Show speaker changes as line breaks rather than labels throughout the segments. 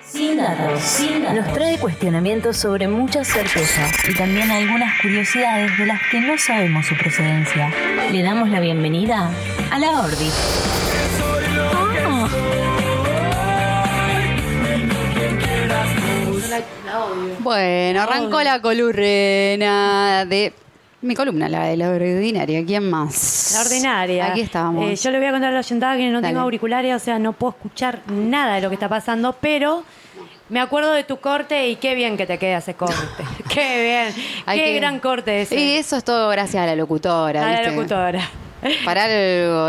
sin datos, sin datos.
Nos trae cuestionamientos sobre muchas certezas y también algunas curiosidades de las que no sabemos su procedencia. Le damos la bienvenida a la Ordi.
Bueno, arrancó la colurrena de mi columna, la de la ordinaria. ¿Quién más?
La ordinaria.
Aquí estábamos.
Eh, yo le voy a contar a la ayuntada que no
Dale.
tengo auriculares, o sea, no puedo escuchar nada de lo que está pasando, pero me acuerdo de tu corte y qué bien que te queda ese corte. qué bien.
Hay
qué
que-
gran corte ese.
Y eso es todo gracias a la locutora.
a la
¿viste?
locutora.
Para algo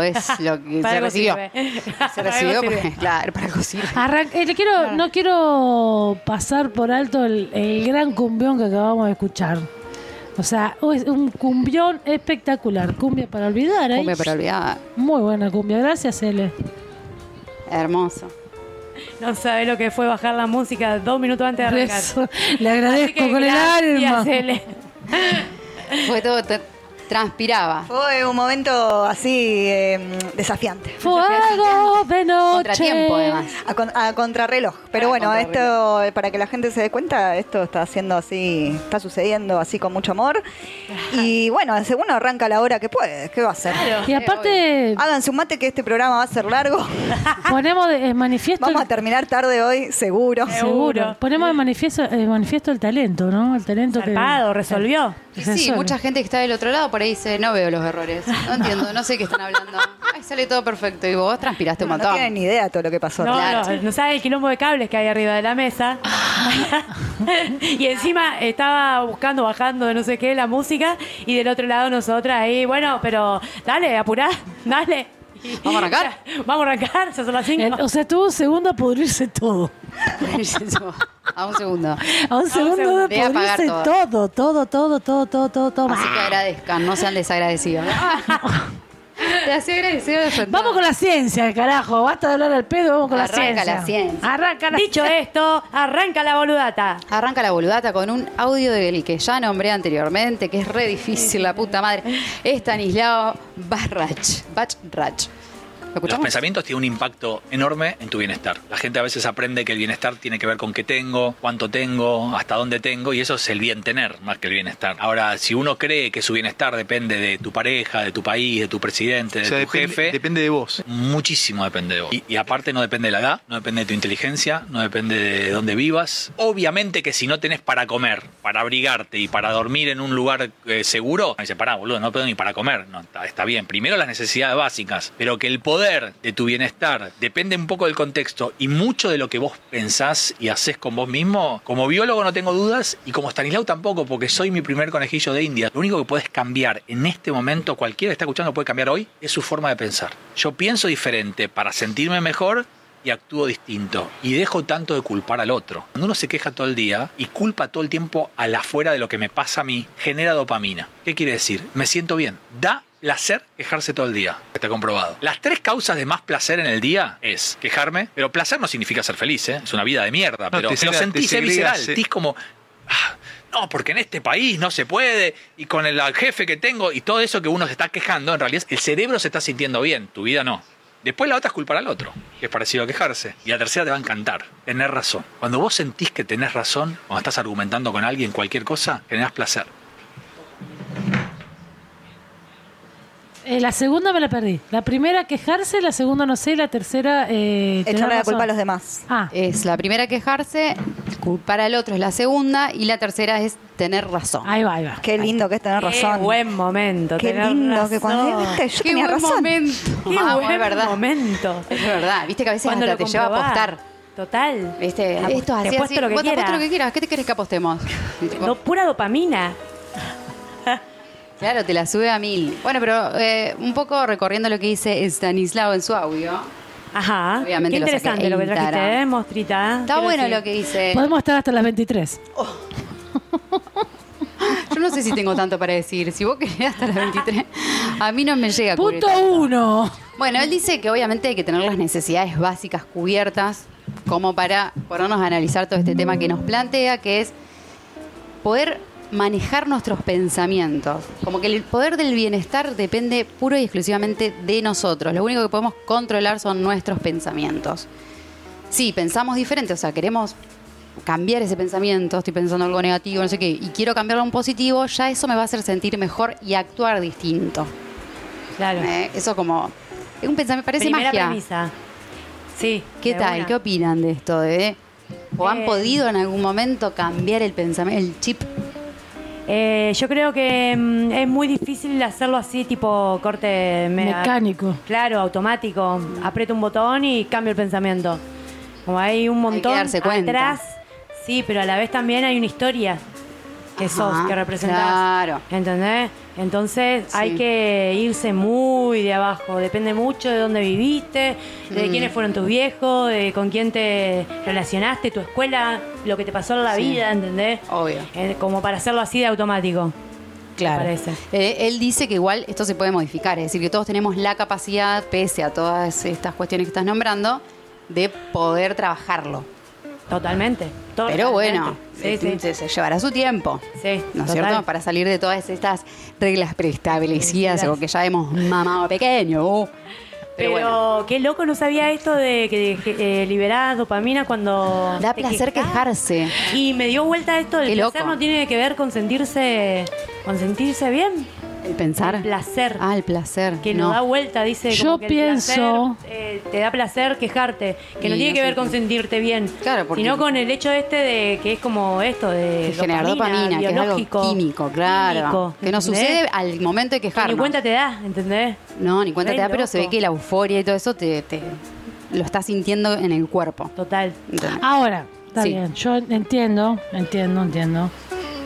es lo que
Para
se
algo
recibió.
sirve.
Se
Para
recibió,
algo sirve.
porque- claro, para algo sirve.
Arran- eh, le quiero, no quiero pasar por alto el, el gran cumbión que acabamos de escuchar. O sea, es un cumbión espectacular. Cumbia para olvidar, ¿eh?
Cumbia para olvidar.
Muy buena cumbia. Gracias, Ele.
Hermoso.
No sabe lo que fue bajar la música dos minutos antes de
Por
arrancar.
eso, le
Así
agradezco
que
con el
gracias,
alma.
Ele.
Fue todo, te- transpiraba.
Fue un momento así eh, desafiante.
Fuego de noche.
Contratiempo, además.
A, con- a contrarreloj. Pero
Ah,
bueno,
contrarreloj.
esto, para que la gente se dé cuenta, esto está haciendo así, está sucediendo así con mucho amor. Y bueno, según arranca la hora que puede, ¿qué va a hacer?
Eh,
Y aparte, ah,
Háganse un mate que este programa va a ser largo.
ponemos de, en manifiesto.
Vamos a
el-
terminar tarde hoy, seguro.
Seguro.
Seguro.
Ponemos en manifiesto, en manifiesto el talento, ¿no? El talento que.
Zarpado, resolvió.
Y
Se
sí,
resuelve.
mucha gente que está del otro lado por ahí dice, no veo los errores. No entiendo, no sé qué están hablando. Ay, sale todo perfecto. Y vos transpiraste un
No, no
montón.
tienen ni idea de todo lo que pasó.
No,
Claro.
no, no sabe el quilombo de cables que hay arriba de la mesa. y encima estaba buscando, bajando de no sé qué la música y del otro lado nosotras ahí, bueno, pero dale, apurá, dale.
¿Vamos a arrancar?
Vamos a arrancar, ya son las
El-
5.
o sea, tuvo un segundo a pudrirse todo.
A un segundo.
A un segundo,
segundo.
de
Voy a apagar
pudrirse todo, todo, todo, todo, todo, todo, todo.
Así que agradezcan, no sean desagradecidos. Te hacía agradecido de frente.
Vamos con la ciencia, carajo. Basta de hablar al pedo, vamos con
Arranca
la ciencia.
la ciencia.
Arranca la
Dicho esto, arranca la boludata.
Arranca la boludata con un audio del que ya nombré anteriormente, que es re difícil, la puta madre. Estanislao Barrach. Barrach. ¿Lo
Los
escuchamos?
pensamientos tienen un impacto enorme en tu bienestar. La gente a veces aprende que el bienestar tiene que ver con qué tengo, cuánto tengo, hasta dónde tengo, y eso es el bien tener más que el bienestar. Ahora, si uno cree que su bienestar depende de tu pareja, de tu país, de tu presidente,
O
de
sea,
tu
depende,
jefe,
depende de vos.
muchísimo depende de vos. Y, y aparte no depende de la edad, no depende de tu inteligencia, no depende de dónde vivas. Obviamente que si no tenés para comer, para abrigarte y para dormir en un lugar eh, seguro, me dice, pará, boludo, no puedo ni para comer. No, está, está bien. Primero las necesidades básicas, pero que el poder de tu bienestar depende un poco del contexto y mucho de lo que vos pensás y haces con vos mismo. Como biólogo no tengo dudas y como Stanislao tampoco, porque soy mi primer conejillo de India. Lo único que puedes cambiar en este momento, cualquiera que está escuchando puede cambiar hoy, es su forma de pensar. Yo pienso diferente para sentirme mejor y actúo distinto. Y dejo tanto de culpar al otro. Cuando uno se queja todo el día y culpa todo el tiempo al afuera de lo que me pasa a mí, genera dopamina. ¿Qué quiere decir? Me siento bien. Da placer quejarse todo el día. Está comprobado. Las tres causas de más placer en el día es quejarme, pero placer no significa ser feliz, ¿eh? es una vida de mierda, pero
te
te lo
segra-
sentís
te
es visceral,
segregas, eh.
sentís como "Ah, no, porque en este país no se puede, y con el jefe que tengo, y todo eso que uno se está quejando, en realidad el cerebro se está sintiendo bien, tu vida no. Después la otra es culpar al otro, que es parecido a quejarse. Y la tercera te va a encantar, tener razón. Cuando vos sentís que tenés razón, cuando estás argumentando con alguien cualquier cosa, generás placer.
Eh, la segunda me la perdí. La primera, quejarse. La segunda, no sé. Y la tercera, eh, tener
Echarle la
razón.
culpa a los demás.
Ah,
Es la primera quejarse, culpar al otro es la segunda y la tercera es tener razón.
ahí va, ahí va.
Qué lindo que es tener razón.
Qué buen momento.
Qué
tenés
lindo
razón.
que cuando eh, viste, yo
Qué
tenía
buen
razón.
momento.
Qué
Vamos,
buen
es verdad.
momento.
Es verdad. Viste que a veces
Cuando
hasta
lo
te lleva a
comprobás.
apostar.
Total.
Viste,
Apo-
esto es
te
así,
apuesto
así.
lo que
Vos te apuesto
quieras.
lo que quieras. ¿Qué te querés que apostemos? Y tipo,
Do- pura dopamina.
Claro, te la sube a mil. Bueno, pero eh, un poco recorriendo lo que dice Stanislao en su audio.
Ajá.
Obviamente
Qué
lo saqué
interesante lo que
en
trajiste,
Tara.
¿eh, mostrita?
Está
Quiero
bueno
decir.
lo que dice.
Podemos estar hasta las 23.
Yo no sé si tengo tanto para decir. Si vos querés hasta las 23, a mí no me llega. a cubrir
Punto
tanto.
uno.
Bueno, él dice que obviamente hay que tener las necesidades básicas cubiertas como para ponernos a analizar todo este tema que nos plantea, que es poder manejar nuestros pensamientos. Como que el poder del bienestar depende puro y exclusivamente de nosotros. Lo único que podemos controlar son nuestros pensamientos. sí, pensamos diferente, o sea, queremos cambiar ese pensamiento, estoy pensando algo negativo, no sé qué, y quiero cambiarlo a un positivo, ya eso me va a hacer sentir mejor y actuar distinto.
Claro.
Eh, Eso como es un pensamiento, parece
Primera
magia.
premisa. Sí.
¿Qué
de
tal?
una.
¿Qué opinan de esto? De, ¿O han
Eh.
podido en algún momento cambiar el pensamiento, el chip?
Eh, yo creo que mm, es muy difícil hacerlo así, tipo corte me-
Mecánico.
Claro, automático. Aprieto un botón y cambio el pensamiento. Como hay un montón
darse cuenta.
atrás. Sí, pero a la vez también hay una historia que sos,
Ajá,
que representás.
claro.
¿Entendés? Entonces
Sí.
hay que irse muy de abajo. Depende mucho de dónde viviste, de
Mm.
quiénes fueron tus viejos, de con quién te relacionaste, tu escuela, lo que te pasó en la
Sí.
vida, ¿entendés?
Obvio.
Eh, Como para hacerlo así de automático.
Claro.
parece.
Eh, él dice que igual esto se puede modificar, es decir, que todos tenemos la capacidad, pese a todas estas cuestiones que estás nombrando, de poder trabajarlo.
Totalmente. to-
Pero bueno,
Sí, sí.
se, se llevará su tiempo.
Sí,
¿No es
total.
cierto? Para salir de todas estas reglas preestablecidas
Preestablecidas.
o que ya hemos mamado pequeño. uh.
Pero,
Pero, bueno,
qué loco no sabía esto de que eh, liberás dopamina cuando.
da
te
placer
quejas.
quejarse.
Y me dio vuelta esto del
Qué
placer
loco.
no tiene que ver con sentirse, con sentirse bien.
El pensar.
El placer.
Ah, el placer.
Que
no.
nos da vuelta, dice. como
Yo
que el
pienso-
placer, eh, te da placer quejarte. Que no
Y
tiene
no
que
sé
ver con
qué.
sentirte bien.
Claro, porque-
Sino con el hecho este de que es como esto de.
Que generar dopamina, que es algo
biológico,
químico, claro.
químico,
que no
¿entendés?
sucede al momento de
Que
quejarnos.
Ni cuenta te da, ¿entendés?
No, ni cuenta
Re
te da, pero se ve
loco.
que la euforia y todo eso te, te- lo estás sintiendo en el cuerpo.
Total.
¿Entendés?
Ahora, está
Sí.
bien, yo entiendo, entiendo, entiendo.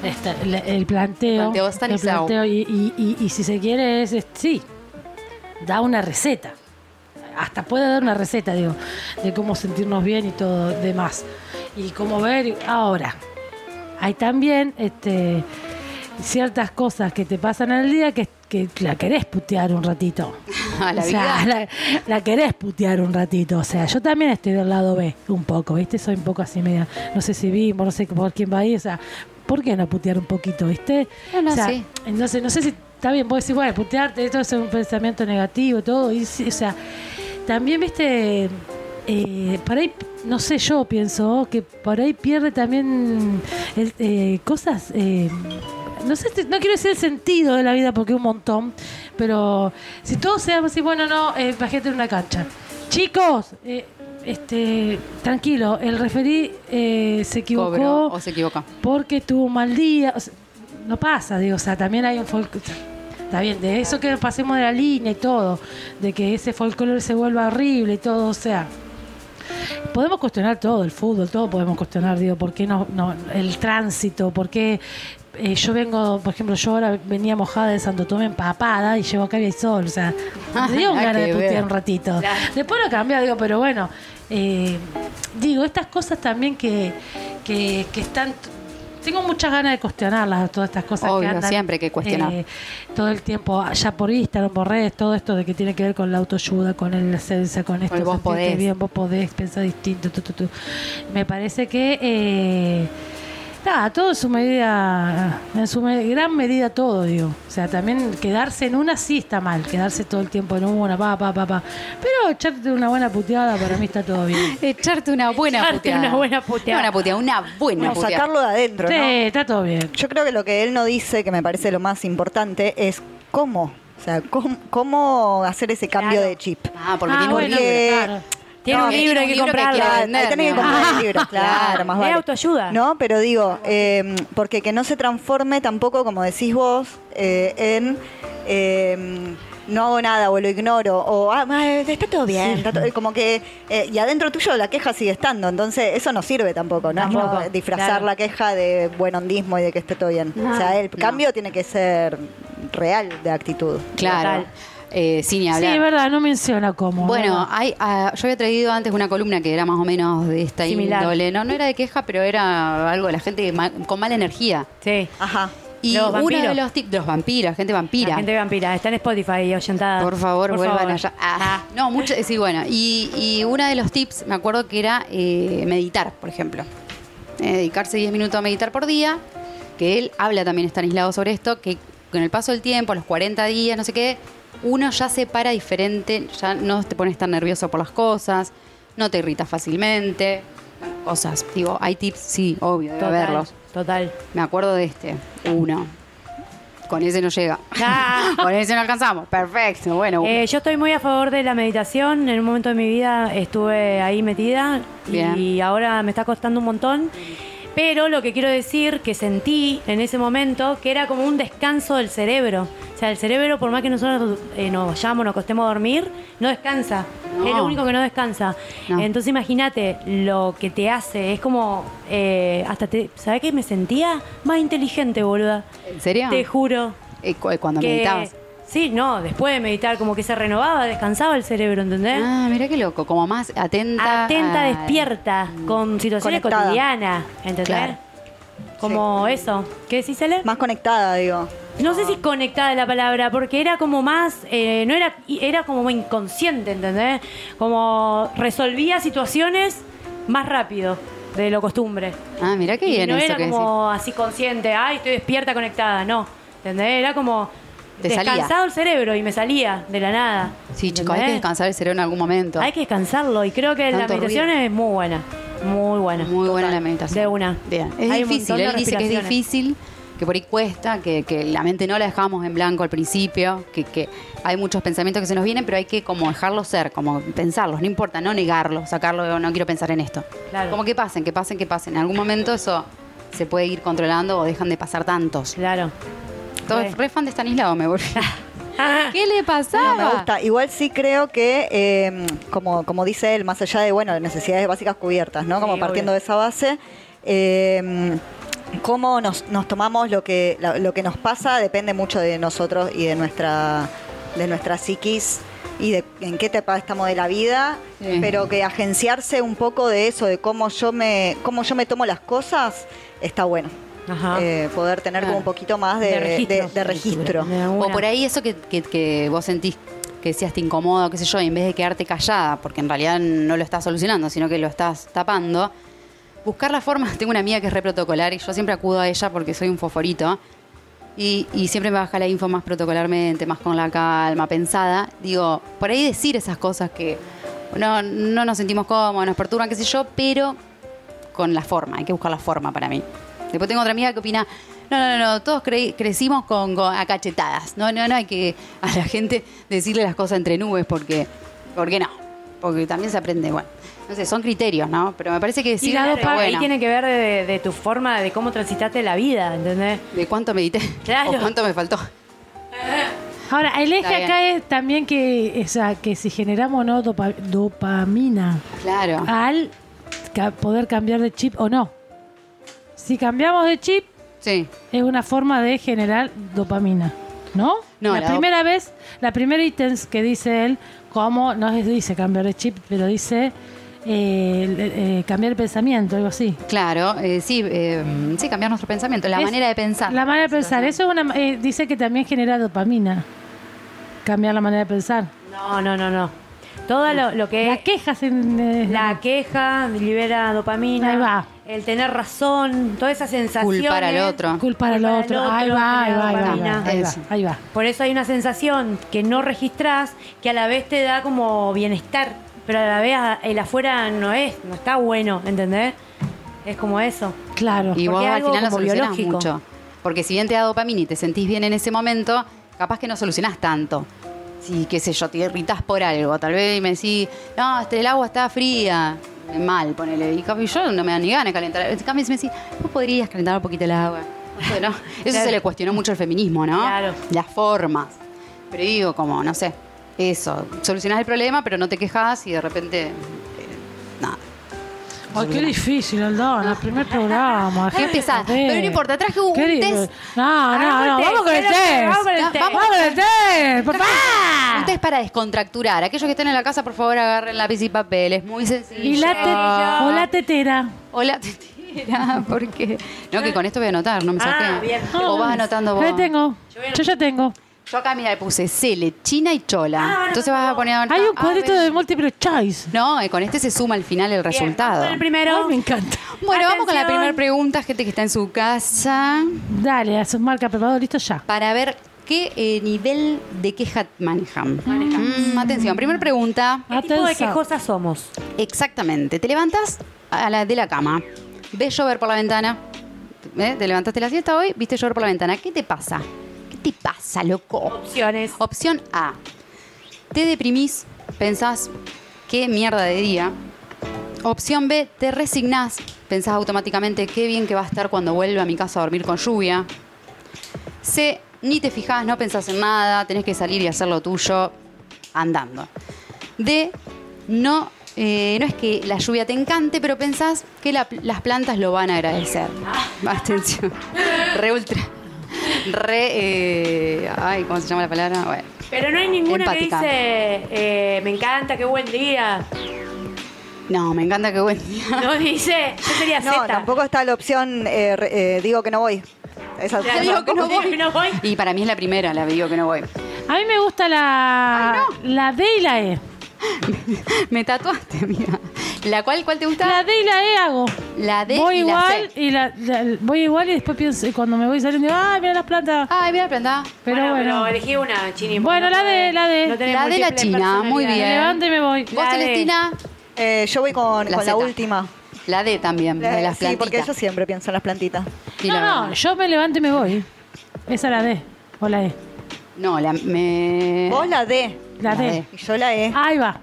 Este, el, el planteo,
El planteo está
el
analizado.
planteo y, y- y- y si se quiere es, es- sí, da una receta, hasta puede dar una receta, digo, de cómo sentirnos bien y todo demás y cómo ver. Ahora, hay también este, ciertas cosas que te pasan en el día que, que la querés putear un ratito.
Ah, A la
O
vida.
sea, la, la querés putear un ratito. O sea, yo también estoy del lado B, un poco, ¿viste? Soy un poco así media. No sé si vimos, no sé por quién va ahí. O sea, ¿por qué no putear un poquito, viste?
Bueno,
o sea,
sí.
Entonces, no sé si está bien. Vos decís, bueno, putearte, esto es un pensamiento negativo, todo. Y, sí, o sea, también, viste, eh, por ahí, no sé, yo pienso que por ahí pierde también el- eh, cosas. eh, no sé, no quiero decir el sentido de la vida porque un montón, pero si todos seamos así, bueno, no, eh, bajete en una cancha. Chicos, eh, este, tranquilo, el referí eh, se equivocó
Cobró o se equivocó.
porque tuvo un mal día. o sea, no pasa, digo, o sea, también hay un folclore. Está bien, de eso que pasemos de la línea y todo, de que ese folclore se vuelva horrible y todo, o sea. Podemos cuestionar todo, el fútbol, todo podemos cuestionar, digo, por qué no, no el tránsito, por qué eh, yo vengo, por ejemplo, yo ahora venía mojada de Santo Tomé empapada y llego acá y hay sol, o sea, me dio
Nada
ganas de
Ah, que ver.
putear un ratito. Después lo cambié, digo, pero bueno, eh, digo, estas cosas también que, que, que están... Tengo muchas ganas de cuestionarlas, todas estas cosas
Obvio,
que andan,
siempre hay que cuestionar.
eh, todo el tiempo, ah, ya por Instagram, por redes, todo esto de que tiene que ver con la autoayuda, con el hacerse, con esto,
el vos
sentirte
podés.
bien, vos podés, pensar distinto, tu, tu, tu. Me parece que... Eh, Nada, todo en su medida, en su me- gran medida todo, digo. O sea, también quedarse en una sí está mal, quedarse todo el tiempo en una, pa, pa, pa, pa. Pero echarte una buena puteada para mí está todo bien.
Echarte una buena
Echarte
puteada.
una buena puteada.
No una puteada, una buena
Bueno,
puteada.
sacarlo de adentro,
Sí,
¿no?
está todo bien.
Yo creo que lo que él no dice, que me parece lo más importante, es cómo. O sea, cómo, cómo hacer ese cambio
Claro.
de chip.
Ah, porque
Ah,
tiene
bueno,
un
Porque-
claro.
Tiene
No,
un
tiene
libro
un
hay que
libro que
comprarlo.
quiero
Claro,
vender,
ahí tenés que
digamos.
comprar el libro, claro, más
Es
vale.
autoayuda.
No, pero digo, eh, porque que no se transforme tampoco, como decís vos, eh, en eh, no hago nada o lo ignoro o ah, ma, eh, está todo bien, está todo- como que eh, y adentro tuyo la queja sigue estando, entonces eso no sirve tampoco, no es
Tampoco,
como disfrazar
claro.
la queja de buen hondismo y de que esté todo bien. o sea, el
no.
cambio tiene que ser real de actitud.
Claro.
Total.
Eh, sin ni
Sí,
hablar.
es verdad, no menciona cómo.
Bueno,
¿verdad?
hay, ah, yo había traído antes una columna que era más o menos de esta
Similar.
índole. No, no era de queja, pero era algo de la gente ma- con mala energía.
Sí.
Ajá.
Y
Los
uno
vampiros.
de los tips, los vampiros, gente vampira.
La gente vampira. Está en Spotify, oyentada.
Por favor, vuelvan
Ah, favor.
allá. Ah, no, mucho, sí, bueno. Y, y uno de los tips, me acuerdo que era eh, meditar, por ejemplo. Eh, dedicarse 10 minutos a meditar por día, que él habla también Estanislao sobre esto, que con el paso del tiempo, los 40 días, no sé qué, uno ya se para diferente, ya no te pones tan nervioso por las cosas, no te irritas fácilmente, cosas. Digo, hay tips, sí, obvio, debe
Total.
verlos.
Total.
Me acuerdo de este, uno. Con ese no llega.
Ah.
Con ese no alcanzamos. Perfecto, bueno.
Eh, yo estoy muy a favor de la meditación. En un momento de mi vida estuve ahí metida y
Bien.
ahora me está costando un montón. Pero lo que quiero decir que sentí en ese momento que era como un descanso del cerebro. O sea, el cerebro, por más que nosotros eh, nos vayamos, nos costemos a dormir, no descansa.
No.
Es lo único que no descansa.
No.
Entonces imagínate lo que te hace. Es como, eh, hasta te, ¿sabes qué? Me sentía más inteligente, boluda.
¿En serio?
Te juro
Eh, cu- cuando
que-
meditabas.
Sí, no, después de meditar, como que se renovaba, descansaba el cerebro, ¿entendés?
Ah, mira qué loco. Como más atenta.
¿eh? Atenta,
al-
despierta, con situaciones
Conectada.
cotidianas, ¿entendés?
Claro.
Como eso. ¿Qué decís, Ale?
Más conectada, digo.
No sé si conectada la palabra, porque era como más, eh, no era, era como inconsciente, ¿entendés? Como resolvía situaciones más rápido de lo costumbre.
Ah, mira qué
Y
bien
no
eso
era
que decís.
como así consciente, ay, estoy despierta, conectada, no. ¿Entendés? Era como
Te salía.
descansado el cerebro y me salía de la nada.
Sí, chicos, hay que
¿Entendés?
descansar el cerebro en algún momento.
Hay que descansarlo y creo que la
Tanto
meditación
ruido.
es muy buena, muy buena.
Muy buena la meditación.
De una.
Bien. Es
Hay un
difícil.
montón de
Él dice que es
respiraciones.
difícil, que por ahí cuesta, que, que la mente no la dejamos en blanco al principio, que, que hay muchos pensamientos que se nos vienen, pero hay que como dejarlos ser, como pensarlos, no importa, no negarlos, sacarlo, de, no quiero pensar en esto.
Claro.
Como que pasen, que pasen, que pasen. En algún momento eso se puede ir controlando o dejan de pasar tantos.
Claro.
Todo
Re.
re fan de Stanislao me volví. ¿Qué le pasaba?
No, me gusta. Igual sí creo que, eh, como, como dice él, más allá de bueno, las necesidades básicas cubiertas, ¿no? Como
Sí,
partiendo
obvio.
de esa base, eh, cómo nos, nos tomamos lo que, la- lo que nos pasa depende mucho de nosotros y de nuestra, de nuestra psiquis y de en qué etapa estamos de la vida,
Sí.
pero que agenciarse un poco de eso, de cómo yo me, cómo yo me tomo las cosas, está bueno.
Ajá.
Eh, poder tener como un
Claro.
poquito más de, de- de registro.
De alguna.
O por ahí eso que, que- que vos sentís que decías te incomoda, qué sé yo, y en vez de quedarte callada, porque en realidad no lo estás solucionando, sino que lo estás tapando, buscar la forma. Tengo una amiga que es re protocolar y yo siempre acudo a ella porque soy un foforito. Y, y siempre me baja la info más protocolarmente, más con la calma, pensada. Digo, por ahí decir esas cosas que no, no nos sentimos cómodos, nos perturban, qué sé yo, pero con la forma, hay que buscar la forma para mí. Después tengo otra amiga que opina, no, no, no, no, todos cre- crecimos con, con a cachetadas. No, no, no, hay que a la gente decirle las cosas entre nubes porque, porque no, porque también se aprende, bueno, no sé, son criterios, ¿no? Pero me parece que
Y
decir
las dos
está
partes ahí
bueno.
tiene que ver de, de tu forma, de cómo transitaste la vida, ¿entendés?
de cuánto medité
Claro.
o cuánto me faltó.
Ahora, el eje
Está
acá es también que, o sea, que si generamos o no dopa- dopamina
Claro.
Ah.
al ca- poder cambiar de chip o no. Si cambiamos de chip,
Sí.
es una forma de generar dopamina, ¿no?
No,
la,
la dop-
primera vez, la primera ítem que dice él, como no es- dice cambiar de chip, pero dice eh, el- eh, cambiar el pensamiento, algo así.
Claro, eh, sí, eh, sí, cambiar nuestro pensamiento, la
Es-
manera de pensar.
La manera de pensar, eso es una, eh, dice que también genera dopamina. Cambiar la manera de pensar.
No, no, no, no. Todo lo, lo que
Las
es
quejas en, eh,
la queja, libera dopamina,
Ahí va.
el tener razón, toda esa sensación.
Culpar al otro.
culpar al
culpar al
otro.
otro,
Ahí va, ahí va, ahí va, ahí va.
dopamina.
Ahí va,
Eso.
ahí va.
Por eso hay una sensación que no registrás, que a la vez te da como bienestar, pero a la vez a- el afuera no es, no está bueno, ¿entendés? Es como eso.
Claro.
Y
Porque
vos
es
al
algo
final lo
como
solucionás
biológico.
mucho. Porque si bien te da dopamina y te sentís bien en ese momento, capaz que no solucionás tanto. Si, qué sé yo, te irritás por algo. Tal vez me decís, no, este, el agua está fría. Eh, Mal, ponele. Y capaz yo no me dan ni ganas de calentar. En cambio, si me decís, vos podrías calentar un poquito el agua. Bueno, eso
Claro.
se le cuestionó mucho al feminismo, ¿no?
Claro.
Las formas. Pero digo, como, no sé, eso. Solucionás el problema, pero no te quejas y de repente. eh, nada.
Ay, qué difícil, Aldona. El primer programa.
Qué pesada. Pero no importa, traje un
Qué lindo.
test.
No, no, no.
Hagamos el
Vamos con el
test, hagamos el
test.
test.
Vamos con el test,
Ah,
papá.
Ustedes para descontracturar. Aquellos que estén en la casa, por favor, agarren lápiz y papel. Es muy sencillo.
Y la te- o la tetera.
Hola, tetera. Porque. No, que con esto voy a anotar, no me saqué.
Ah, bien.
O vas anotando vos.
Ahí tengo. Yo ya tengo.
Yo acá, mira, le puse Cele, China y Chola.
Ah,
Entonces vas a poner. ahorita-
Hay un
Ah,
cuadrito
ven.
de múltiple choice.
No, eh, con este se suma al final el
Bien,
resultado.
vamos con el primero.
Ay, me encanta.
Bueno, vamos con la
Atención.
primera pregunta, gente que está en su casa,
Dale, a sus marcas, preparado, listo ya.
para ver qué eh, nivel de queja manejan. Mm, atención, primera pregunta.
¿Qué tipo de
Atención.
quejosas somos?
Exactamente. Te levantas a la, de la cama, ves llover por la ventana. ¿eh? Te levantaste la siesta hoy, viste llover por la ventana. ¿Qué te pasa? ¿Qué te pasa, loco?
Opciones.
Opción A. Te deprimís, pensás, qué mierda de día. Opción B. Te resignás, pensás automáticamente, qué bien que va a estar cuando vuelva a mi casa a dormir con lluvia. C. Ni te fijás, no pensás en nada, tenés que salir y hacer lo tuyo andando. D. No, eh, no es que la lluvia te encante, pero pensás que la- las plantas lo van a agradecer. Atención. Re ultra. Re. eh, ay, ¿cómo se llama la palabra? Bueno.
Pero no hay ninguna
Empática.
que dice, eh, me encanta, qué buen día.
No, me encanta que buen día.
No dice, yo sería
No,
Z.
tampoco está la opción, eh, re- eh, digo que no voy. Esa
Claro,
opción.
digo que no
digo
voy.
que no voy.
Y para mí es la primera, la digo que no voy.
A mí me gusta la, la D y la E.
Me tatuaste, mira. ¿La cual cuál te
La
gusta?
D y la E hago.
La D
voy
y la
igual
C.
y la, la- voy igual y después pienso y cuando me voy saliendo digo, ay, mira las plantas.
Ay, mira la planta.
Pero bueno,
pero elegí una, Chini.
Bueno,
porque
la de-
podés-
la de-
tenés
La de la
múltiples
China, muy
me
personalidades.
bien.
levanto y me voy.
¿Vos,
La D.
Celestina?
Eh, yo voy con
La
con la
Z.
última.
La D también, de las
sí, porque
plantitas.
yo siempre pienso en las plantitas.
Y
no,
la
no,
verdad.
yo me levanto y me voy. Esa es la D o la E.
No, la me.
Vos la D
La,
La
D.
D.
y yo la E.
Ahí va.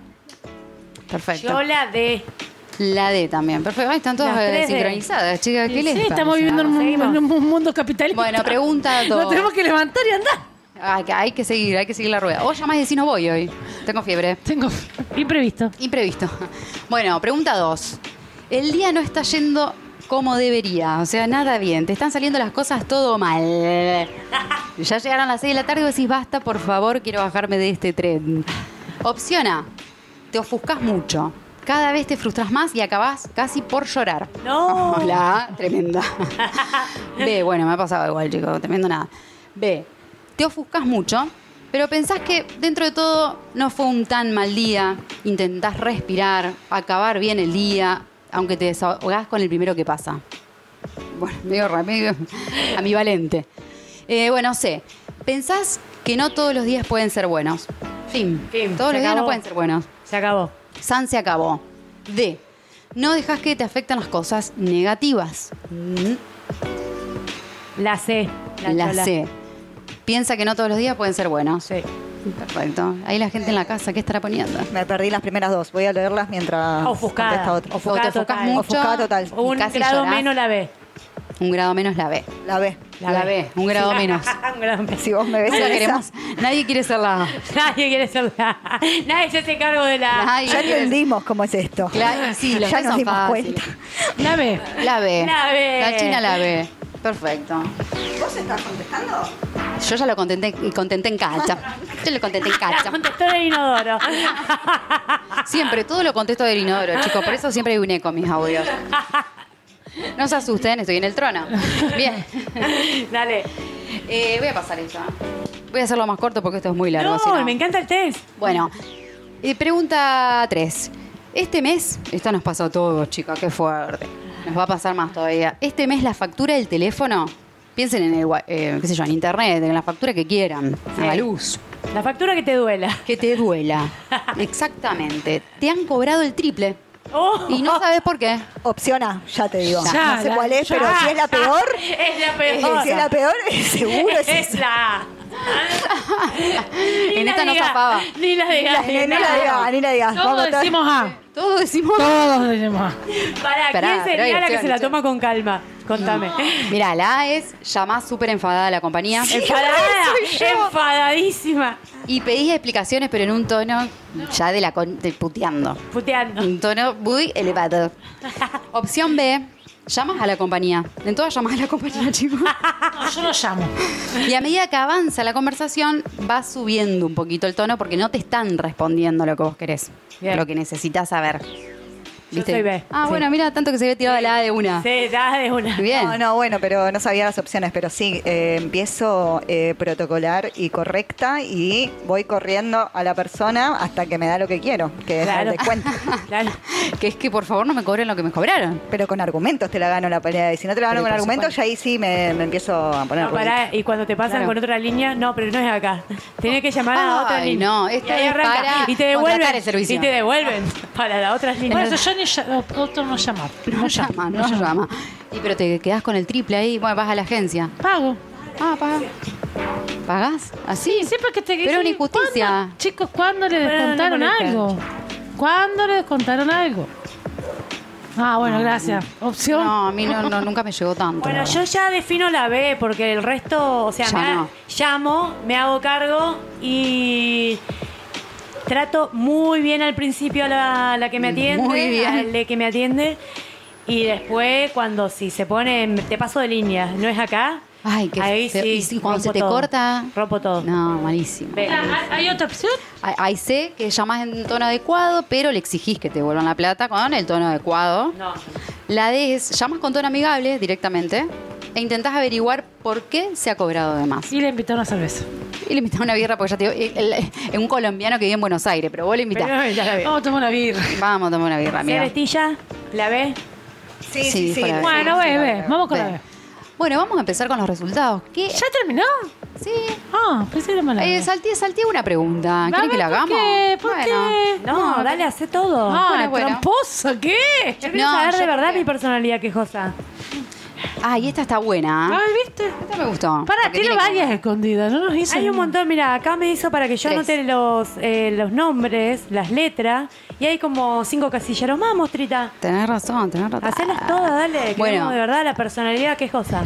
Perfecto.
Yo la de.
La D también. Perfecto. Ay, están todas
Las tres
eh,
D.
sincronizadas, chicas. ¿Qué
Y
les
sí,
parece?
estamos viviendo en un,
Seguimos.
en un mundo capitalista.
Bueno, pregunta dos.
Nos tenemos que levantar y andar.
Ay, que hay que seguir, hay que seguir la rueda. Vos llamás y decís no voy hoy. Tengo fiebre.
Tengo imprevisto.
Imprevisto. Bueno, pregunta dos. El día no está yendo como debería, o sea, nada bien, te están saliendo las cosas todo mal. Ya llegaron las 6 de la tarde y vos decís, basta, por favor, quiero bajarme de este tren. Opción A, te ofuscas mucho, cada vez te frustras más y acabás casi por llorar.
No.
Hola, tremenda. B, bueno, me ha pasado igual, chicos, tremendo nada. B, te ofuscas mucho, pero pensás que dentro de todo no fue un tan mal día. Intentás respirar, acabar bien el día, aunque te desahogás con el primero que pasa. Bueno, medio rápido, ambivalente. Eh, bueno, C, pensás que no todos los días pueden ser buenos. Fin.
Fin,
todos
se
los días no
acabó.
pueden ser buenos.
Se acabó.
San se acabó. D. No dejas que te afecten las cosas negativas.
La C.
La,
chola.
C. Piensa que no todos los días pueden ser buenos.
Sí.
Perfecto. Ahí la gente en la casa, ¿qué estará poniendo?
Me perdí las primeras dos. Voy a leerlas mientras
Ofuscada.
contesta otra.
O te
Ofuscada
enfocas
total.
mucho.
Ofuscada total.
Un
y casi
grado
llorás.
menos la B.
Un grado menos la B.
La B.
La, B. Un grado menos.
Un grado menos.
Si vos me ves
No la
en esa,
queremos. Nadie quiere ser la A.
Nadie quiere ser la. Nadie se hace cargo de la.
Nadie
Ah, ya
quiere-
entendimos cómo es esto.
Claro, sí, los
ya
tres
nos
son
dimos
fáciles.
cuenta.
La B.
La B.
La B.
La China la B. Perfecto.
¿Vos estás contestando?
Yo ya lo contenté, contenté en cancha. Yo lo contenté en
La
cancha.
contestó el inodoro.
Siempre, todo lo contesto del inodoro, chicos. Por eso siempre hay un eco en mis audios. No se asusten, estoy en el trono. Bien.
Dale.
Eh, voy a pasar esto. ¿eh? Voy a hacerlo más corto porque esto es muy largo.
No,
si no.
me encanta el test.
Bueno, eh, pregunta 3. Este mes, esta nos pasó a todos, chicos, qué fuerte. Nos va a pasar más todavía. Este mes la factura del teléfono, piensen en el, wa- eh, qué sé yo, en internet, en la factura que quieran, a la
Sí.
luz,
La factura que te duela.
que te duela. Exactamente. Te han cobrado el triple
Oh.
y no sabes por qué.
Opción A, ya te digo.
Ya,
no sé
la-
cuál es,
ya.
pero si es la peor,
Ah, Es la
eh,
peor.
si es la peor, eh, seguro es
Es
esa.
la. Ni
En
la
esta no
diga,
zafaba.
Ni la de
Ni ni la digas, ni la digas. Vamos
Todos
a
decimos A.
Todos decimos.
Todos decimos A.
Para, ¿quién
Esperá, pero hay
sería la que
opciones,
se la
che.
toma con calma? Contame.
Mira, la A es llamás súper enfadada a la compañía
Enfadada, enfadadísima,
y pedís explicaciones, pero en un tono ya de la con- de puteando.
puteando.
Un tono muy elevado. Opción B, llamas a la compañía. En todas llamas a la compañía, chicos.
No, yo no llamo.
Y a medida que avanza la conversación, va subiendo un poquito el tono porque no te están respondiendo lo que vos querés,
Bien.
lo que necesitas saber.
Yo soy B.
Ah,
Sí.
bueno, mira, tanto que se había tirado la A de una.
Sí, da de una.
Bien.
No, no, bueno, pero no sabía las opciones, pero sí, eh, empiezo eh, protocolar y correcta y voy corriendo a la persona hasta que me da lo que quiero, que es
Claro.
el descuento.
Claro.
Que es que por favor no me cobren lo que me cobraron.
Pero con argumentos te la gano la pelea. Y si no te la gano
Pero
con
por
argumentos,
supuesto.
ya ahí sí me, me empiezo a poner.
No, pará,
rudita.
y cuando te pasan
Claro.
con otra línea, no, pero no es acá. Tienes que llamar a otra
Ay,
línea.
no,
Y
esta
ahí
es
arranca.
para
y te devuelven,
contratar el servicio.
Y te devuelven para la otra línea.
Por eso yo ni ll- opto no llamar.
No llama, no llama. Y pero te quedás con el triple ahí, bueno, vas a la agencia.
Pago.
Ah, paga. ¿Pagás? ¿Así?
Sí, siempre que te
Pero una
sí,
injusticia.
¿cuándo, chicos, ¿cuándo le
Pero no
descontaron
molesta.
algo? ¿Cuándo le descontaron algo? Ah, bueno, gracias. Opción.
No, a mí no, no, nunca me llegó tanto. la
Bueno,
verdad.
yo ya defino la B porque el resto, o sea,
Ya
me ha-
no.
llamo, me hago cargo y trato muy bien al principio a la, a la que me atiende,
Muy bien.
al de que me atiende y después cuando si se pone, te paso de línea, no es acá.
Ay, que
ahí
se-
sí,
y si cuando se
rompo
te
todo.
corta.
rompo todo.
No, malísimo.
B.
Ah, ¿Hay otra opción?
Ahí- Ahí sé que llamás en tono adecuado, pero le exigís que te vuelvan la plata con el tono adecuado.
No.
La D es llamas con tono amigable directamente e intentás averiguar por qué se ha cobrado de más.
Y le invitó una cerveza.
Y le invitás una birra, porque ya te digo, eh, el- el- es un colombiano que vive en Buenos Aires, pero vos le invitás.
Pero ya la B.
Vamos a tomar una birra.
Vamos a tomar una birra,
C
amiga.
vestilla, la B.
Sí,
Sí,
sí, sí.
para-
Bueno,
sí, sí,
bebé,
para-
vamos con
Ve.
la B.
Bueno, vamos a empezar con los resultados. ¿Qué?
¿Ya terminó?
Sí.
Ah, pensé que era mala.
Eh,
B.
salteé, salteé una pregunta.
A
¿Quieren
ver,
que la
¿por
hagamos?
qué? ¿Por qué?
No, dale, hace todo.
Ah,
bueno, bueno.
tramposo, ¿qué?
Yo quiero
No,
saber
yo
de verdad
creo.
mi personalidad quejosa.
Ah, y esta está buena. ¿eh?
Ay, ¿viste?
Esta me gustó.
Pará,
porque
tiene
como-
varias escondidas, no nos hizo.
Hay un
ninguna.
montón, mira, acá me hizo para que yo
Tres.
anote los, eh, los nombres, las letras, y hay como cinco casilleros más, mostrita.
Tenés razón, tenés razón.
Hacelas todas, dale. que
Bueno.
vemos de verdad la personalidad quejosa.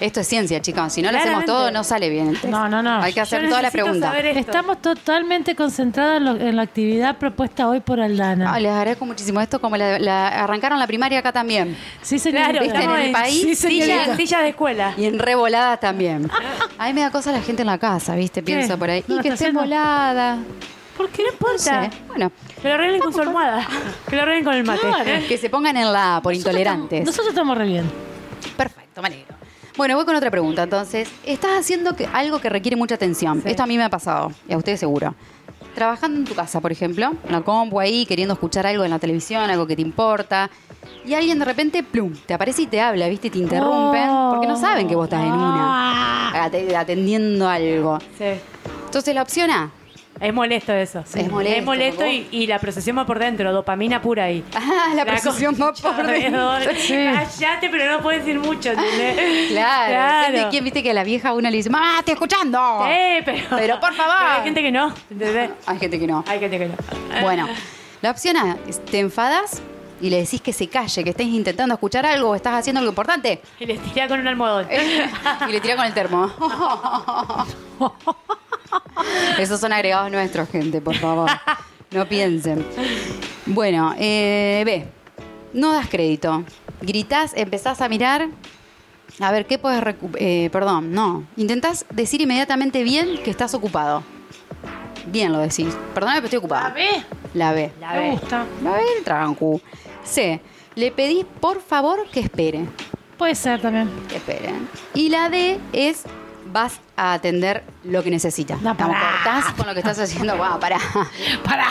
Esto es ciencia, chicos. Si no lo hacemos
Claramente.
todo, no sale bien el texto.
No, no, no.
Hay que hacer
Yo
todas las
necesito
preguntas.
saber esto.
Estamos totalmente concentradas en, lo- en la actividad propuesta hoy por Aldana.
Ah, les agradezco muchísimo esto, como la, la- arrancaron la primaria acá también.
Sí, señorita.
Claro,
¿Viste? En
estamos
el país,
Sí, señorita.
sillas, sillas de escuela.
Y en revoladas también. A mí me da cosa la gente en la casa, ¿viste? Pienso por ahí.
No,
y que
está
esté
haciendo-
volada.
¿Por qué no
Sí.
importa?
Bueno,
Que lo arreglen con su almohada. Que lo arreglen con el mate.
Claro.
que se pongan en la A por
Nosotros
intolerantes.
estamos- Nosotros estamos re bien.
Perfecto, me alegro. Bueno, voy con otra pregunta. Entonces, estás haciendo que- algo que requiere mucha atención. Esto a mí me ha pasado, y a ustedes seguro. Trabajando en tu casa, por ejemplo, en la compu ahí, queriendo escuchar algo en la televisión, algo que te importa, y alguien de repente, plum, te aparece y te habla, ¿viste? Y te interrumpe,
Oh.
porque no saben que vos estás en una, ate- atendiendo algo.
Sí.
Entonces, la opción A,
Es molesto eso.
Es molesto,
Es molesto y, y la procesión va por dentro, dopamina pura ahí.
Ah, la procesión va
concha
por
de
dentro.
dólar.
Sí.
Cállate, pero no puedes decir mucho, ¿entendés?
claro, gente, ¿quién viste que a la vieja una le dice, mamá, estoy escuchando?
Eh, pero,
Pero, por favor.
Pero hay gente que no, ¿entendés?
Hay gente que no.
Hay gente que no.
Bueno, la opción A, es, te enfadas y le decís que se calle, que estés intentando escuchar algo o estás haciendo algo importante.
Y les tiré con un almohadón.
Eh, Y le tira con el termo. Esos son agregados nuestros, gente, por favor. No piensen. Bueno, eh, B. No das crédito. Gritás, empezás a mirar. A ver, ¿qué puedes recu- eh, Perdón, no. Intentás decir inmediatamente bien que estás ocupado. Bien lo decís. Perdóname, pero estoy ocupada.
A ver,
La B.
La
me
B.
gusta.
A ver, trancu. C. Le pedís por favor que espere.
Puede ser también.
Que espere. Y la D es vas a atender lo que necesita.
No,
Como
pará.
cortás con lo que estás haciendo. Guau, pará.
Pará.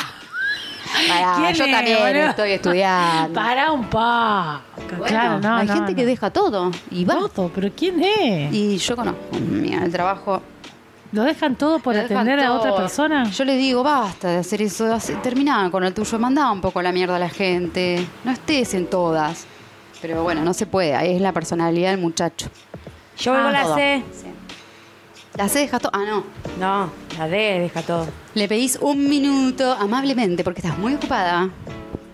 Pará,
¿Quién
yo
es,
también
boludo?
estoy estudiando.
Pará un pa.
Bueno,
claro, no.
Hay
no,
gente que
no.
deja todo y va.
Todo, pero ¿quién es?
Y yo conozco. Mira, el trabajo.
¿Lo dejan todo por
lo dejan
atender a
todo.
otra persona?
Yo les digo, basta de hacer eso. hace- Terminá con el tuyo. Mandá un poco la mierda a la gente. No estés en todas. Pero bueno, no se puede. Ahí es la personalidad del muchacho.
Yo vuelvo a la
ah, todo.
C.
La C deja todo. Ah, no.
No, la D deja todo.
Le pedís un minuto amablemente porque estás muy ocupada.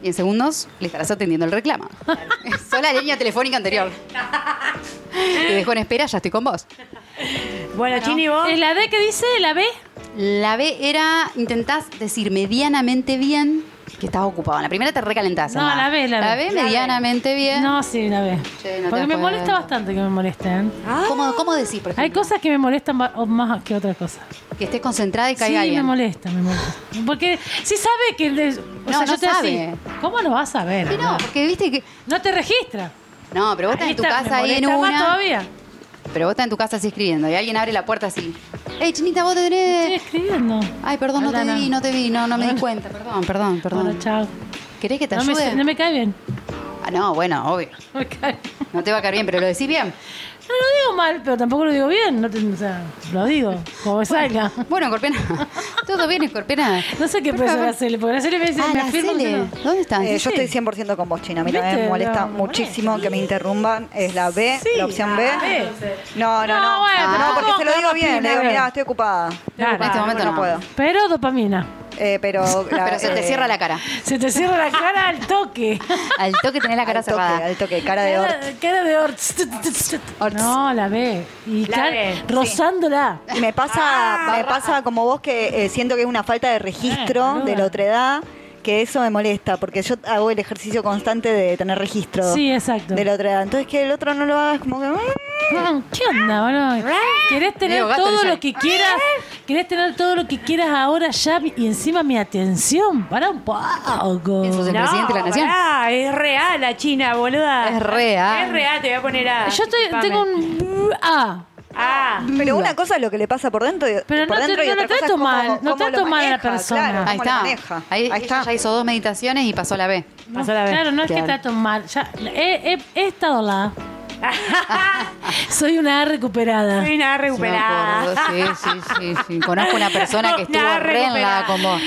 Y en segundos le estarás atendiendo el reclamo. Sola la línea telefónica anterior. Te dejo en espera, ya estoy con vos.
Bueno, Chini, vos.
¿Es la D que dice? ¿La B?
La B era, intentás decir medianamente bien que estás ocupado. En la primera te recalentás.
No,
Emma.
la ve, la ve. La ve.
medianamente bien.
No, sí, una vez.
Che, no te
Porque me
acuerdas.
molesta bastante que me molesten.
¿Cómo, cómo decís, por ejemplo?
Hay cosas que me molestan ma- o más que otras cosas.
Que estés concentrada y
Sí,
caiga
me
alguien.
molesta, me molesta. Porque si sabe que... le- o
No,
sea, yo
no
te
sabe.
decía, ¿Cómo no vas a ver?
Sí, no,
boludo?
porque viste que.
No te registra.
No, pero vos estás
Ahí
en tu
está,
casa
me
ahí en
molesta más
una.
todavía.
Pero vos estás en tu casa así escribiendo y alguien abre la puerta así. ¡Ey, chinita, vos tenés!
Estoy escribiendo.
Ay, perdón, no
Hola,
te
Ana.
vi, no te vi, no, no me di cuenta. Perdón, perdón, Ah, perdón.
Bueno, chao.
¿Querés que te
No
ayude?
me, no me cae bien.
Ah, no, bueno, obvio.
No, me cae-
No te va a caer bien, pero lo decís bien.
No lo digo mal, pero tampoco lo digo bien. No te- o sea, lo digo, como salga.
Bueno, escorpiana. Todo bien, escorpiana.
No sé qué
Por
pensó
favor.
la Cele, porque la Cele me dice,
Ah,
me
la
afirma que
Cele.
no.
¿Dónde estás?
Eh, yo
Sí.
estoy 100% con vos, China. Mira,
¿Viste?
me
No,
molesta
me molesta.
muchísimo que me interrumpan. Es la B,
Sí,
la opción
la
B.
B. No,
No, no, no. Ah,
bueno,
No,
pero
porque se lo digo
tampoco
bien. Le digo,
opina,
mira,
eh.
estoy ocupada.
Claro.
En este momento
No
no.
puedo.
Pero dopamina.
Eh, pero la-
Ah, Pero se te
eh,
cierra la cara.
Se te cierra la cara al toque.
Al toque tenés la cara
al toque,
cerrada.
Al toque, cara de orto.
Cara de Orts. No, la ve. Y
La
cara-
ve, sí.
rozándola.
Y me pasa,
Ah,
me pasa como vos que eh, siento que es una falta de registro
Eh,
de
boluda.
la otredad, que eso me molesta, porque yo hago el ejercicio constante de tener registro
Sí, exacto.
de la otredad. Entonces que el otro no lo haga es como que. mm,
Mm, ¿Qué onda, boludo? ¿Querés tener
Digo, gato le
todo
sale.
lo que quieras? ¿Querés tener todo lo que quieras ahora ya y encima mi atención? Para un poco.
Eso se- El presidente de la nación.
pará, es real la China, boluda.
Es real.
Es real, te voy a poner a.
Yo estoy, tengo un... Ah,
Ah,
Pero una cosa es lo que le pasa por dentro y,
Pero
por
no te-
dentro y
no lo
otra cosa
trato
es cómo-
mal, no
cómo lo
trato mal a la
maneja,
persona.
claro,
Ahí
cómo lo
está.
maneja.
Ahí,
Ahí
ella
está.
ya hizo dos meditaciones y pasó la B.
no,
Pasó la vez.
claro, no es que
Claro.
está tan mal. Ya, he, he- he estado la... Soy una recuperada.
soy una recuperada.
Sí, me acuerdo. sí, sí, sí, sí. Conozco una persona que estuvo
Nada,
re en la
recuperada.
A con vos.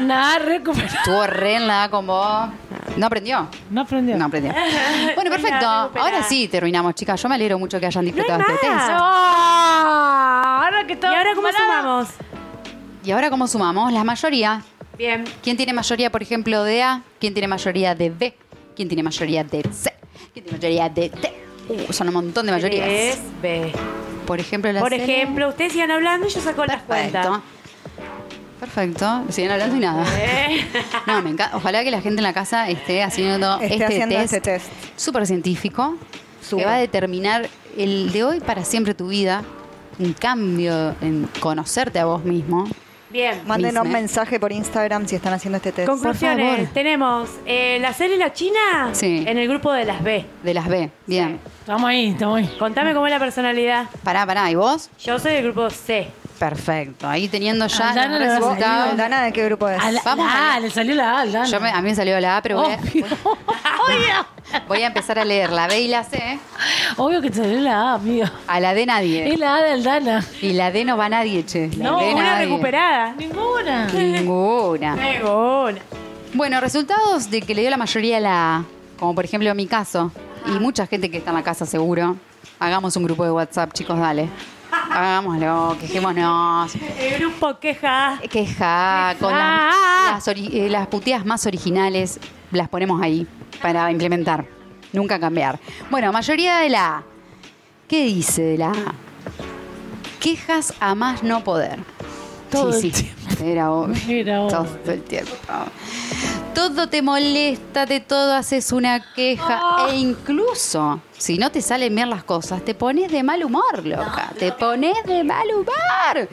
Una recuperada.
Estuvo re en la A con vos. ¿No aprendió?
No aprendió.
No aprendió. Bueno,
Soy
perfecto.
una recuperada.
Ahora sí terminamos, chicas. Yo me alegro mucho que hayan disfrutado
No hay
este
más.
tema.
Ah, Ahora que
¿Y
todo
ahora cómo
parado.
sumamos?
Y ahora, ¿cómo sumamos? La mayoría.
Bien.
¿Quién tiene mayoría, por ejemplo, de A? ¿Quién tiene mayoría de B? ¿Quién tiene mayoría de C? ¿Quién tiene mayoría de D? Uh, son un montón de mayorías.
Es B.
Por ejemplo, la
Por
C.
ejemplo, ustedes sigan hablando y yo saco las cuentas.
Perfecto. Perfecto. Siguen hablando y nada.
Eh.
No, me encanta. Ojalá que la gente en la casa esté haciendo
Esté
este
haciendo
test
este test.
súper científico
Súper.
que va a determinar el de hoy para siempre tu vida, un cambio en conocerte a vos mismo.
Bien.
Mándenos
Misma.
mensaje por Instagram si están haciendo este test.
Por
Conclusiones.
favor.
Tenemos eh, la serie La China
Sí.
en el grupo de las B.
De las B. Bien.
Estamos ahí, estamos ahí.
Contame cómo es la personalidad.
Pará, pará. ¿Y vos?
Yo soy del grupo C.
Perfecto. Ahí teniendo ya los
Aldana Ah, le va a
¿Vos,
resultados.
Aldana, ¿de qué grupo es?
A la,
Pues, Vamos
la-
a-
le salió la A, la-
Yo me- a mí me salió la A, pero voy a,
Obvio.
voy a empezar a leer la B y la C.
Obvio que te salió la A, amiga.
A la D
Es
nadie.
la A de Aldana.
Y la D no va nadie, che. La
No,
D
Una
nadie.
recuperada.
Ninguna.
Ninguna.
Tengo una.
Bueno, resultados de que le dio la mayoría la A, como por ejemplo mi caso,
Ah.
y mucha gente que está en la casa seguro. Hagamos un grupo de WhatsApp, chicos, dale. Hagámoslo, quejémonos.
El grupo queja.
Queja con las,
Ah.
las, ori- eh, las puteadas más originales, las ponemos ahí para implementar. Nunca cambiar. Bueno, mayoría de la A. ¿Qué dice de la A? Quejas a más no poder.
Todo
sí,
el
sí. Era obvio.
Era obvio.
Todo el tiempo. Todo te molesta, de todo haces una queja.
Ah.
E incluso, si no te salen bien las cosas, te pones de mal humor, loca. te pones de mal humor.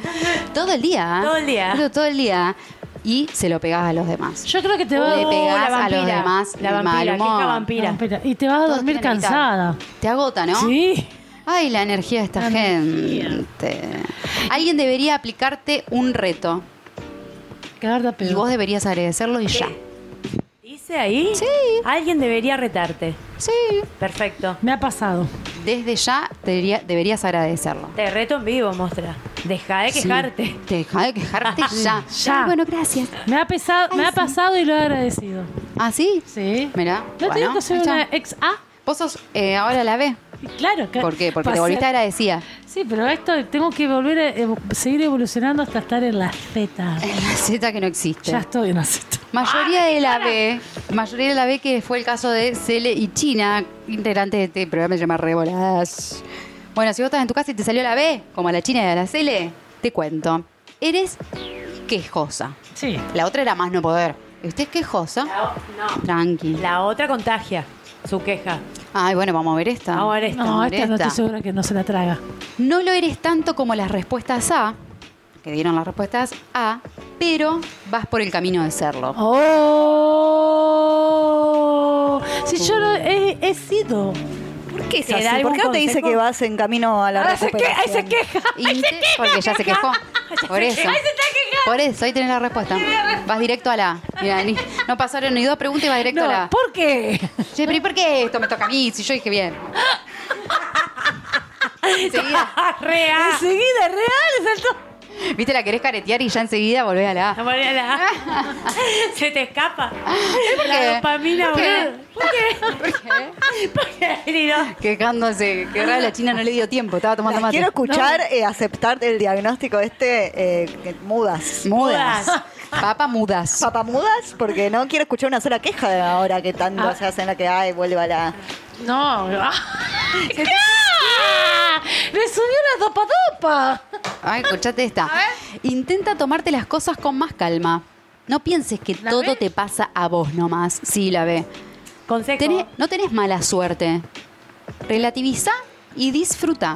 Todo el día.
Todo el día.
Pero Todo el día. Y se lo pegás a los demás.
Yo creo que te
Le
va
pegás
la
a los
vampira.
demás
La
el mal
vampira,
humor.
queja vampira.
Espera, Y te vas a
Todos
dormir
quieren evitar.
cansada.
Te agota, ¿no?
Sí.
Ay, la energía de esta
La energía.
gente. Alguien debería aplicarte un reto.
Quedarte
Y
pedo.
vos deberías agradecerlo y ya.
¿Dice ahí?
Sí.
Alguien debería retarte.
Sí.
Perfecto.
Me ha pasado.
Desde ya debería- deberías agradecerlo.
Te reto en vivo, mostra. Deja de quejarte.
Sí. Te deja de quejarte ya.
Ya.
Ay, bueno, gracias.
Me ha, pesado, me ha pasado y lo he agradecido.
¿Ah, sí?
Sí.
Mirá,
¿No te digo
bueno,
que soy
ahí está.
una ex A?
Vos sos eh, ahora la B.
Claro. que-
¿Por qué? Porque te
pasé-
volviste agradecida.
Sí, pero esto tengo que volver a evo- seguir evolucionando hasta estar en la Z.
Es la Z que no existe.
Ya estoy en la Z.
Mayoría de la B, mayoría de la B que fue el caso de Cele y China, integrantes de este programa que se llama Rebolas. Bueno, si vos estás en tu casa y te salió la B, como a la China y a la Cele, te cuento. Eres quejosa.
Sí.
La otra era más no poder. Usted es quejosa.
La, o- no.
Tranqui.
La otra contagia su queja.
Ay, bueno, vamos a ver esta.
Vamos a ver esta.
No, esta no
Esta.
estoy segura que no se la traga.
No lo eres tanto como las respuestas A, que dieron las respuestas A, pero vas por el camino de serlo.
¡Oh! Si yo lo he, he sido.
¿Por qué es
¿Te da
así? ¿Por qué no
algún
te dice
consejo?
que vas en camino a la
Ahora se, que,
recuperación?
ahí se queja.
Y te- porque ya se quejó. Por eso.
Ahí se está quejando.
Por eso, ahí tenés la respuesta. Vas directo a la A. Mirá, ni- no pasaron ni dos preguntas y vas directo
No,
a la A.
¿por qué?
Che, pero ¿y por qué esto me toca a mí? Si yo dije bien. Enseguida, Ah.
Real.
Enseguida, real, saltó.
viste, la querés caretear y ya enseguida volvés a la A.
Se te escapa.
¿Por
La
qué?
dopamina,
¿Por qué?
boludo. ¿Por qué?
¿Por qué?
¿Por qué? Querido.
Quejándose. Qué raro, la china no le dio tiempo. Estaba tomando
Las
mate.
quiero escuchar eh, aceptar el diagnóstico este eh, que- mudas.
Mudas.
Mudas.
Papa mudas.
Papamudas, porque no quiero escuchar una sola queja de ahora que tanto
Ah.
se hacen la que ay, vuelve a la.
No. ¡Ay, qué! ¡Le subió la dopa dopa!
Ay, escuchate esta. Intenta tomarte las cosas con más calma. No pienses que
¿La
todo
ve?
te pasa a vos nomás. Sí, la ve.
Consejo.
Tenés- no tenés mala suerte. Relativiza y disfruta.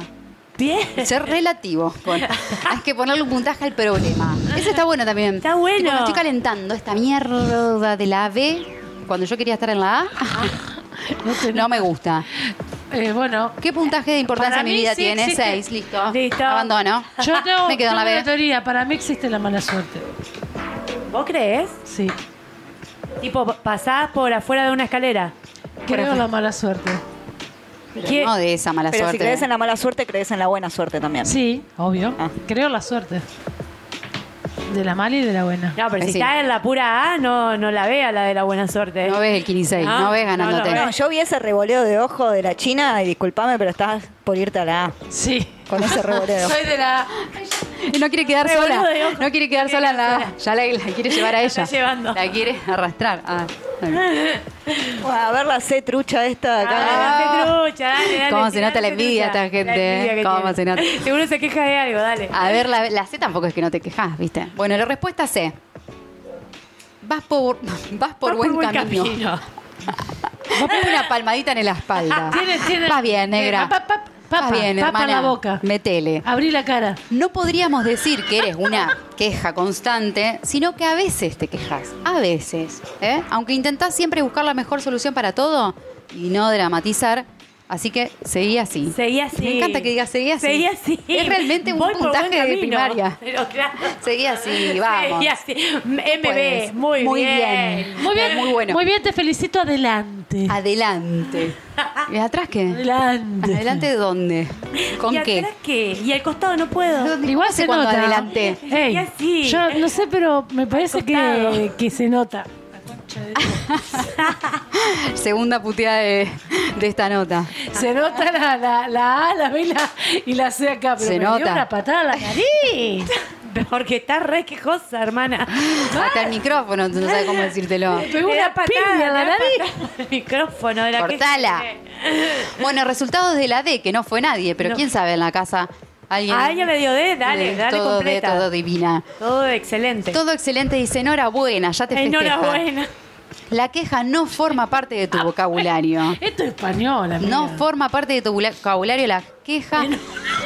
Bien.
Ser relativo. Bueno, hay que ponerle un puntaje al problema. Ese está bueno también.
Está bueno.
Tipo, me estoy calentando esta mierda de la B. Cuando yo quería estar en la A,
No te-
no me gusta.
Eh, bueno,
¿Qué puntaje de importancia
Para
en mi
mí
vida
sí
tiene?
existe-
Seis, listo.
Listo.
Abandono.
yo tengo,
me quedo en la
tengo
B.
una teoría. Para mí existe la mala suerte.
¿Vos crees?
Sí.
Tipo, pasás por afuera de una escalera.
Creo en la mala suerte.
¿Qué-
No de esa mala
Pero si
suerte.
crees en la mala suerte, crees en la buena suerte también.
Sí, obvio.
Ah.
Creo en la suerte. De la mala y de la buena.
No, pero
Pues
si
sí.
está en la pura A, no, no la vea la de la buena suerte.
No ves el 15,
Ah,
no, ves
no, no,
ganándote.
no.
No, yo vi ese revoleo de ojo de la China y discúlpame, pero estás por irte a la A
Sí.
con ese revoleo de ojo.
Soy de la.
Y no quiere quedar
Me
sola.
boludo de ojo.
No quiere quedar
Me
sola
quedo
nada. Ya la, la quiere llevar a
La
ella.
está llevando.
La quiere arrastrar. Ah,
Bueno, a ver la C trucha esta de acá.
Ah, qué trucha, dale, dale,
Cómo se
tirá
nota la
esa
envidia
trucha.
esta gente,
La envidia que
eh. Cómo
tiene.
se nota.
Seguro se queja de algo, dale.
a ver, la, la C tampoco es que no te quejas, ¿viste? Bueno, la respuesta C. Vas por, vas por
Vas
buen camino. Ponme una palmadita en la espalda.
Tiene, tiene.
Vas bien, negra.
Eh, pa- pa-
Vas
papa,
bien,
papa
hermana.
en la boca.
Metele.
Abrí la cara.
No podríamos decir que eres una queja constante, sino que a veces te quejas. A veces. ¿eh? Aunque intentás siempre buscar la mejor solución para todo y no dramatizar. Así que seguí así.
Seguí así.
Me encanta que digas seguí así.
Seguí así.
Es realmente un
Voy por buen
puntaje de
camino.
primaria.
Pero claro.
Seguí así, vamos.
Seguí así. MB,
Puedes.
muy,
Muy
bien.
bien.
Muy bien.
Muy bueno.
Muy bien, te felicito. Adelante.
Adelante. ¿Y atrás qué?
Adelante.
¿Adelante de dónde? ¿Con
¿Y atrás
qué?
qué? Y al costado no puedo.
Igual
No sé
se
cuándo
nota.
adelanté.
Ey,
Y así.
Yo no sé, pero me parece que,
costado.
que se nota.
Segunda puteada de, de esta nota.
Se nota la, la, la A, la B y la, y la C acá, pero
Se
me dio
nota.
una patada a la nariz.
Porque está re quejosa, hermana.
Hasta el micrófono, no sabes cómo decírtelo.
Pegó
Le da
una piña en la
le da
nariz.
patada al micrófono de la queja.
Cortala. Bueno, resultados de la D, que no fue nadie, pero
No.
quién sabe en la casa. Alguien.
A ella le dio D, dale,
Eh,
dale
todo
completa.
D, todo divina.
Todo excelente.
Todo excelente, dice enhorabuena, ya te festeja.
Enhorabuena.
La queja no forma parte de tu vocabulario.
Esto es español, amiga.
No forma parte de tu vula- vocabulario la queja.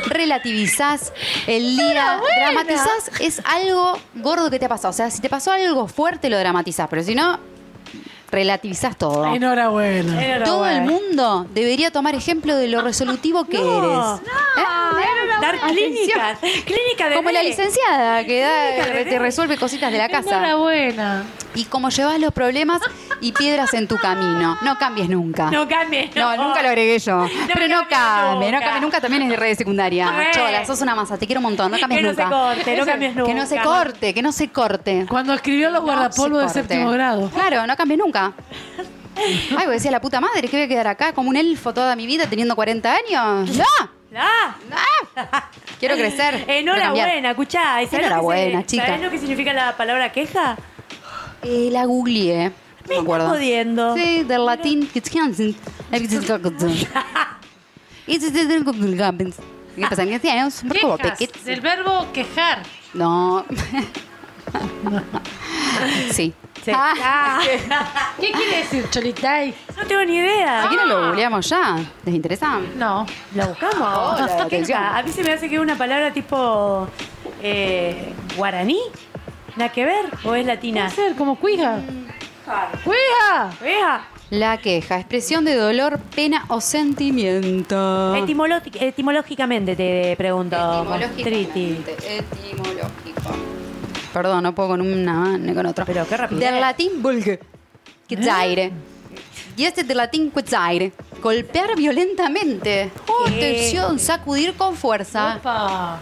Relativizás el día. Dramatizás es algo gordo que te ha pasado. O sea, si te pasó algo fuerte, lo dramatizás. Pero si no, relativizás todo.
Enhorabuena.
Enhorabuena.
Todo el mundo debería tomar ejemplo de lo resolutivo que
eh. No,
eres. ¿Eh?
Dar
Atención.
clínicas. Clínicas de
Como la
D.
licenciada que da-
Clínica de
te
D.
resuelve cositas de la casa.
Enhorabuena.
Y como llevas los problemas y piedras en tu camino. No cambies nunca.
No cambies.
No, nunca lo agregué yo. Pero no
cambies
cambie, no
nunca.
cambie nunca. También es de red secundaria.
Re.
Chola, sos una masa, te quiero un montón. No cambies
Que no se
nunca.
corte, no
Eso-
cambies nunca.
Que no se corte, que no se corte.
Cuando escribió los guardapolvos de
se corte.
séptimo grado.
Claro, no cambies nunca. Ay, vos decías, la puta madre, que voy a quedar acá como un elfo toda mi vida teniendo 40 años. ¡No!
Ah,
Quiero crecer.
Eh,
quiero cambiar.
enhorabuena, escuchá. ¿y sabés lo que
Enhorabuena,
se-
chica.
¿Sabés lo que significa la palabra queja?
Eh, la googleé. No
Me
me acuerdo.
estás jodiendo.
Sí, del latín. ¿Qué pasa? ¿Qué tienes? ¿Por qué vos
Quejas,
pequetes?
del verbo quejar.
No. Sí,
Sí.
Ah.
Ah.
¿Qué quiere decir Cholitay?
No tengo ni idea.
Si quieren lo googleamos ya. ¿Les interesa?
No.
¿La buscamos?
Ahora,
¿Qué
atención.
ca- A mí se me hace que es una palabra tipo eh, guaraní. ¿Nada que ver? ¿O es latina?
Puede ser como cuija. ¡Cuija!
Vea,
La queja, expresión de dolor, pena o sentimiento.
etimolo- etimológicamente te pregunto. Triti.
Etimológico. Perdón, no puedo con una ni con otra.
Pero qué rapidez. ¿Eh?
Del latín vulg, que es aire. Y este del latín que es aire. Golpear violentamente. Oh, tensión, sacudir con fuerza.
Opa.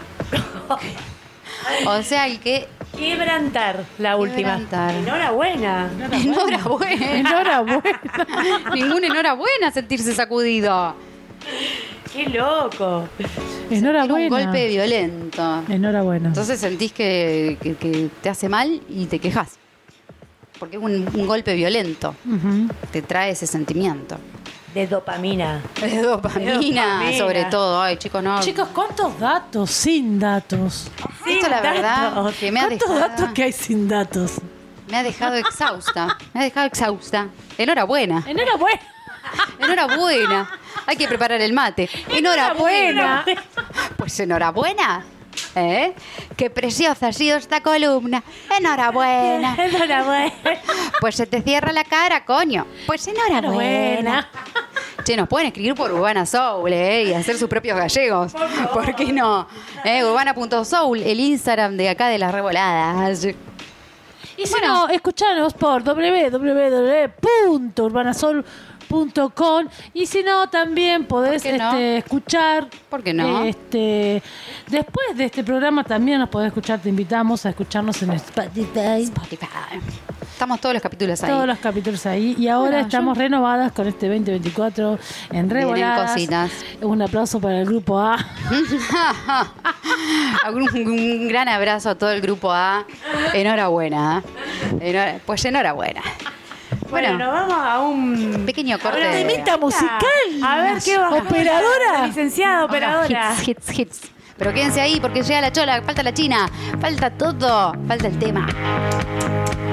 O sea, el que.
Quebrantar, la última.
Quebrantar.
Enhorabuena.
Enhorabuena.
Enhorabuena.
Ningún enhorabuena sentirse sacudido.
Qué loco.
Tiene
Enhorabuena.
Un golpe violento.
Enhorabuena.
Entonces sentís que, que- que te hace mal y te quejas. Porque es un, un golpe violento.
Ujú.
Te trae ese sentimiento.
De dopamina.
De dopamina,
dopamina.
sobre todo. Ay, chicos, no.
Chicos, ¿cuántos datos sin datos?
esto la verdad
datos.
que me ha
¿Cuántos
dejado,
datos que hay sin datos?
me ha dejado exhausta. Me ha dejado exhausta. Enhorabuena.
Enhorabuena.
Enhorabuena. Hay que preparar el mate. Enhorabuena. Pues enhorabuena. ¿Eh? Qué preciosa ha sido esta columna. Enhorabuena.
Enhorabuena.
Pues se te cierra la cara, coño. Pues enhorabuena. Che, nos pueden escribir por Urbana Soul, ¿eh? Y hacer sus propios gallegos. ¿Por, qué no? ¿Eh? Urbana.soul, el Instagram de acá de las revoladas.
Y si
Bueno.
no, escuchanos por www.urbanasol.com y si no también podés
¿Por qué no?
este, escuchar
¿Por qué no?
este después de este programa también nos podés escuchar te invitamos a escucharnos en Spotify
Spotify. Estamos todos los capítulos ahí.
todos los capítulos ahí y ahora
Bueno, yo-
estamos renovadas con este 2024 en Revoladas
cositas.
un aplauso para el grupo A
un, un gran abrazo a todo el grupo A. Enhorabuena. Enhora- pues enhorabuena.
Bueno,
Bueno,
nos vamos a
un
un.
pequeño corte.
Ahora
de-
temita musical
A ver qué va.
operadora
Licenciada operadora.
Hits, hits, hits. Pero quédense ahí porque llega la chola, falta la china, falta todo, falta el tema.
Oh, Oh, Oh,